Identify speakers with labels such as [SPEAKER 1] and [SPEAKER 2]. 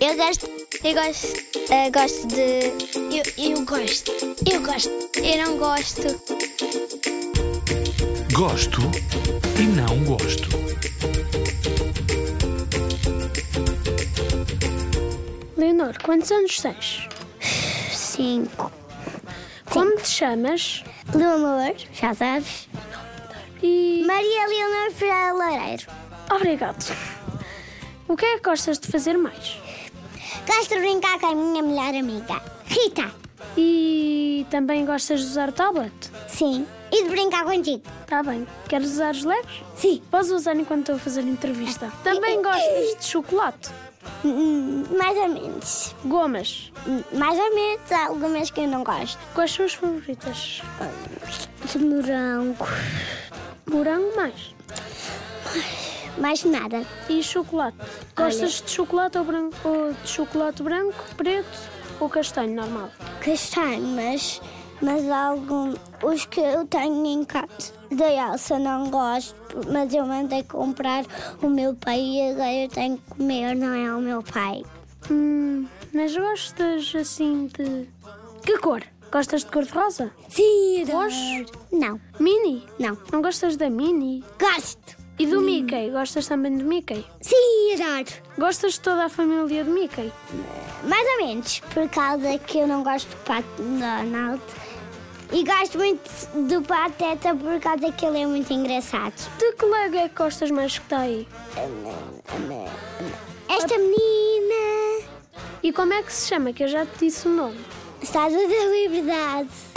[SPEAKER 1] Eu gosto. Eu gosto. eh, gosto de. Eu, eu gosto. Eu gosto. Eu não gosto.
[SPEAKER 2] Gosto e não gosto.
[SPEAKER 3] Leonor, quantos anos tens?
[SPEAKER 1] Cinco.
[SPEAKER 3] Como te chamas?
[SPEAKER 1] Leonor, já sabes.
[SPEAKER 3] E.
[SPEAKER 1] Maria Leonor Ferreira Loureiro.
[SPEAKER 3] Obrigado. O que é que gostas de fazer mais?
[SPEAKER 1] Gosto de brincar com a minha melhor amiga, Rita.
[SPEAKER 3] E também gostas de usar o tablet?
[SPEAKER 1] Sim. E de brincar contigo.
[SPEAKER 3] Tá bem. Queres usar os legos?
[SPEAKER 1] Sim.
[SPEAKER 3] Posso usar enquanto estou a fazer entrevista. Também gostas de chocolate,
[SPEAKER 1] Mais ou menos.
[SPEAKER 3] gomas.
[SPEAKER 1] Mais ou menos. Há algumas que eu não gosto.
[SPEAKER 3] Quais são as favoritas?
[SPEAKER 1] De morango.
[SPEAKER 3] Morango mais.
[SPEAKER 1] Mais nada.
[SPEAKER 3] E chocolate. Gostas de chocolate ou, branco, ou de chocolate branco, preto ou castanho normal?
[SPEAKER 1] Castanho, mas, mas algum, os que eu tenho em casa da Elsa não gosto, mas eu mandei comprar o meu pai e agora eu tenho que comer, não é o meu pai.
[SPEAKER 3] Hum, mas gostas assim de. Que cor? Gostas de cor de rosa?
[SPEAKER 1] Sim,
[SPEAKER 3] Roxo?
[SPEAKER 1] Não,
[SPEAKER 3] Mini?
[SPEAKER 1] não.
[SPEAKER 3] Não gostas da Mini?
[SPEAKER 1] Gosto.
[SPEAKER 3] E do Mickey? Gostas também do Mickey?
[SPEAKER 1] Sim, adoro.
[SPEAKER 3] Gostas de toda a família de Mickey?
[SPEAKER 1] Mais ou menos, por causa que eu não gosto do Pato Donald. E gosto muito do Pateta por causa que ele é muito engraçado.
[SPEAKER 3] De que Lego é que gostas mais que está aí?
[SPEAKER 1] Esta menina
[SPEAKER 3] E como é que se chama? Que eu já te disse o nome.
[SPEAKER 1] está da liberdade.